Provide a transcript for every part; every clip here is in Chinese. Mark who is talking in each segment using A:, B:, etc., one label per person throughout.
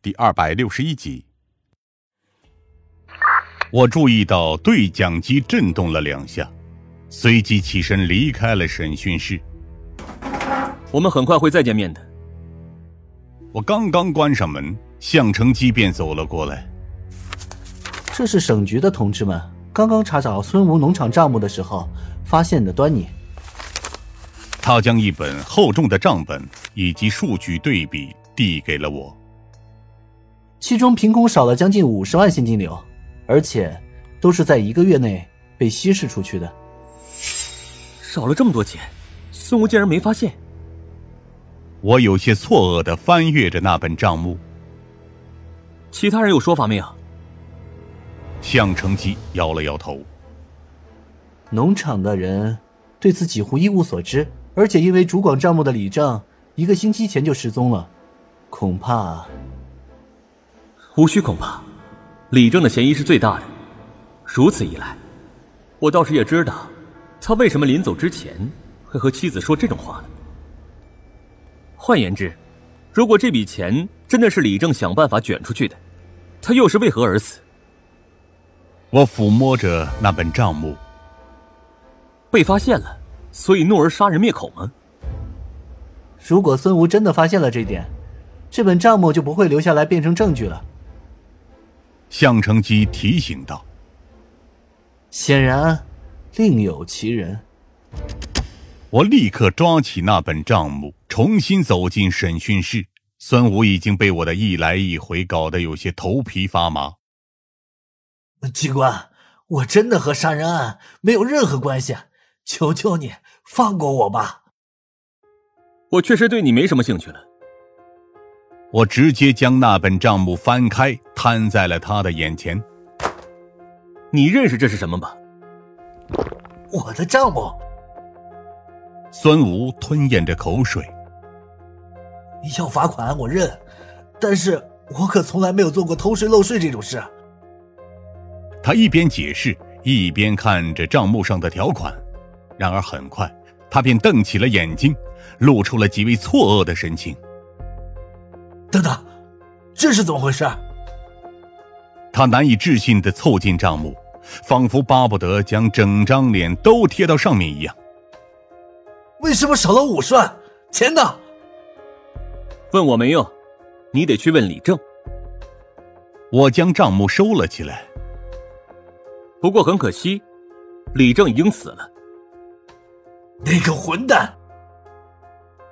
A: 第二百六十一集。我注意到对讲机震动了两下，随即起身离开了审讯室。
B: 我们很快会再见面的。
A: 我刚刚关上门，向成基便走了过来。
C: 这是省局的同志们刚刚查找孙吴农场账目的时候发现的端倪。
A: 他将一本厚重的账本以及数据对比递给了我，
C: 其中凭空少了将近五十万现金流，而且都是在一个月内被稀释出去的。
B: 少了这么多钱，孙吴竟然没发现。
A: 我有些错愕的翻阅着那本账目。
B: 其他人有说法没有？
A: 向成基摇了摇头。
C: 农场的人对此几乎一无所知，而且因为主管账目的李正一个星期前就失踪了，恐怕
B: 无需恐怕，李正的嫌疑是最大的。如此一来，我倒是也知道他为什么临走之前会和妻子说这种话了。换言之，如果这笔钱真的是李正想办法卷出去的，他又是为何而死？
A: 我抚摸着那本账目，
B: 被发现了，所以怒而杀人灭口吗？
C: 如果孙吴真的发现了这点，这本账目就不会留下来变成证据了。
A: 向成基提醒道。
C: 显然，另有其人。
A: 我立刻抓起那本账目，重新走进审讯室。孙武已经被我的一来一回搞得有些头皮发麻。
C: 机关，我真的和杀人案没有任何关系，求求你放过我吧！
B: 我确实对你没什么兴趣了。
A: 我直接将那本账目翻开，摊在了他的眼前。
B: 你认识这是什么吧？
C: 我的账目。
A: 孙吴吞咽着口水。
C: 要罚款我认，但是我可从来没有做过偷税漏税这种事。
A: 他一边解释，一边看着账目上的条款。然而很快，他便瞪起了眼睛，露出了极为错愕的神情。
C: 等等，这是怎么回事？
A: 他难以置信的凑近账目，仿佛巴不得将整张脸都贴到上面一样。
C: 为什么少了五十万？钱呢？
B: 问我没用，你得去问李正。
A: 我将账目收了起来。
B: 不过很可惜，李正已经死了。
C: 那个混蛋！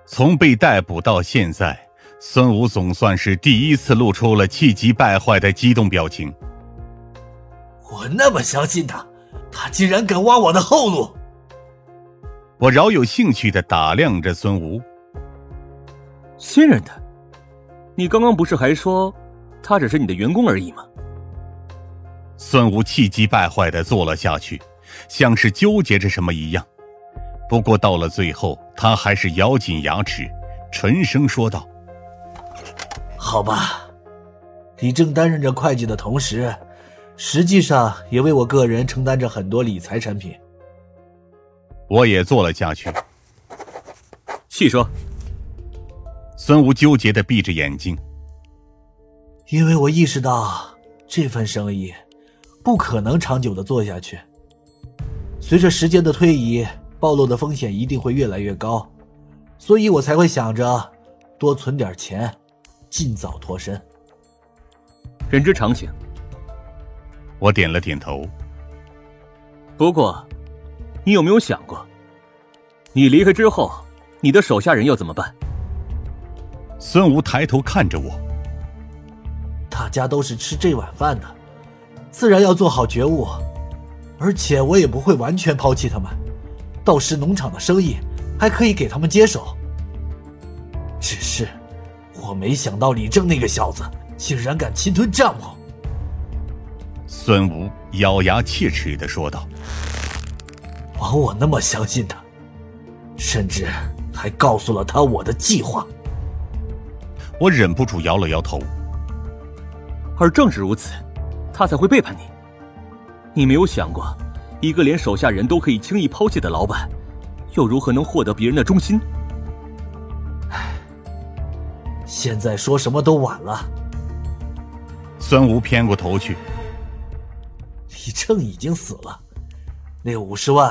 A: 从被逮捕到现在，孙武总算是第一次露出了气急败坏的激动表情。
C: 我那么相信他，他竟然敢挖我的后路！
A: 我饶有兴趣的打量着孙吴，
B: 信任他？你刚刚不是还说他只是你的员工而已吗？
A: 孙吴气急败坏的坐了下去，像是纠结着什么一样。不过到了最后，他还是咬紧牙齿，沉声说道：“
C: 好吧，李正担任着会计的同时，实际上也为我个人承担着很多理财产品。”
A: 我也坐了下去。
B: 细说。
A: 孙吴纠结的闭着眼睛，
C: 因为我意识到这份生意不可能长久的做下去。随着时间的推移，暴露的风险一定会越来越高，所以我才会想着多存点钱，尽早脱身。
B: 人之常情。
A: 我点了点头。
B: 不过。你有没有想过，你离开之后，你的手下人要怎么办？
A: 孙吴抬头看着我，
C: 大家都是吃这碗饭的，自然要做好觉悟。而且我也不会完全抛弃他们，到时农场的生意还可以给他们接手。只是我没想到李正那个小子竟然敢侵吞账目。
A: 孙吴咬牙切齿的说道。
C: 枉我那么相信他，甚至还告诉了他我的计划。
A: 我忍不住摇了摇头。
B: 而正是如此，他才会背叛你。你没有想过，一个连手下人都可以轻易抛弃的老板，又如何能获得别人的忠心？
C: 唉，现在说什么都晚了。
A: 孙吴偏过头去，
C: 李正已经死了，那五十万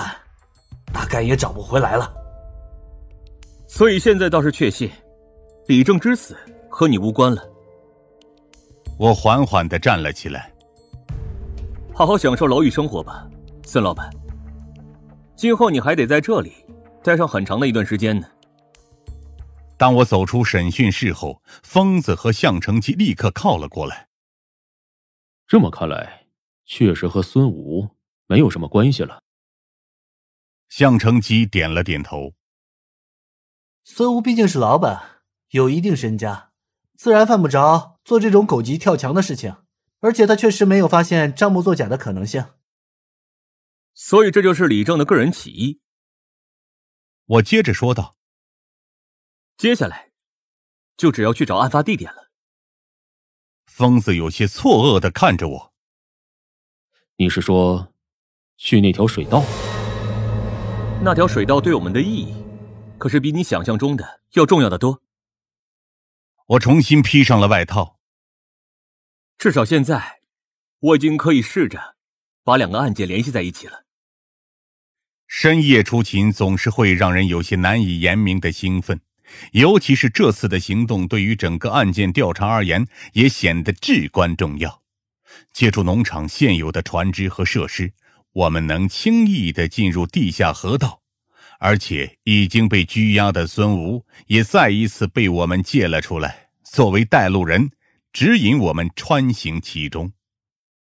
C: 大概也找不回来了。
B: 所以现在倒是确信，李正之死和你无关了。
A: 我缓缓的站了起来。
B: 好好享受牢狱生活吧，孙老板。今后你还得在这里待上很长的一段时间呢。
A: 当我走出审讯室后，疯子和项成基立刻靠了过来。
D: 这么看来，确实和孙武没有什么关系了。
A: 项成基点了点头。
C: 孙吴毕竟是老板，有一定身家，自然犯不着做这种狗急跳墙的事情。而且他确实没有发现账目作假的可能性，
B: 所以这就是李正的个人起义。
A: 我接着说道：“
B: 接下来，就只要去找案发地点了。”
A: 疯子有些错愕的看着我：“
D: 你是说，去那条水道？
B: 那条水道对我们的意义，可是比你想象中的要重要的多。”
A: 我重新披上了外套。
B: 至少现在，我已经可以试着把两个案件联系在一起了。
A: 深夜出勤总是会让人有些难以言明的兴奋，尤其是这次的行动对于整个案件调查而言也显得至关重要。借助农场现有的船只和设施，我们能轻易的进入地下河道，而且已经被拘押的孙吴也再一次被我们借了出来，作为带路人。指引我们穿行其中。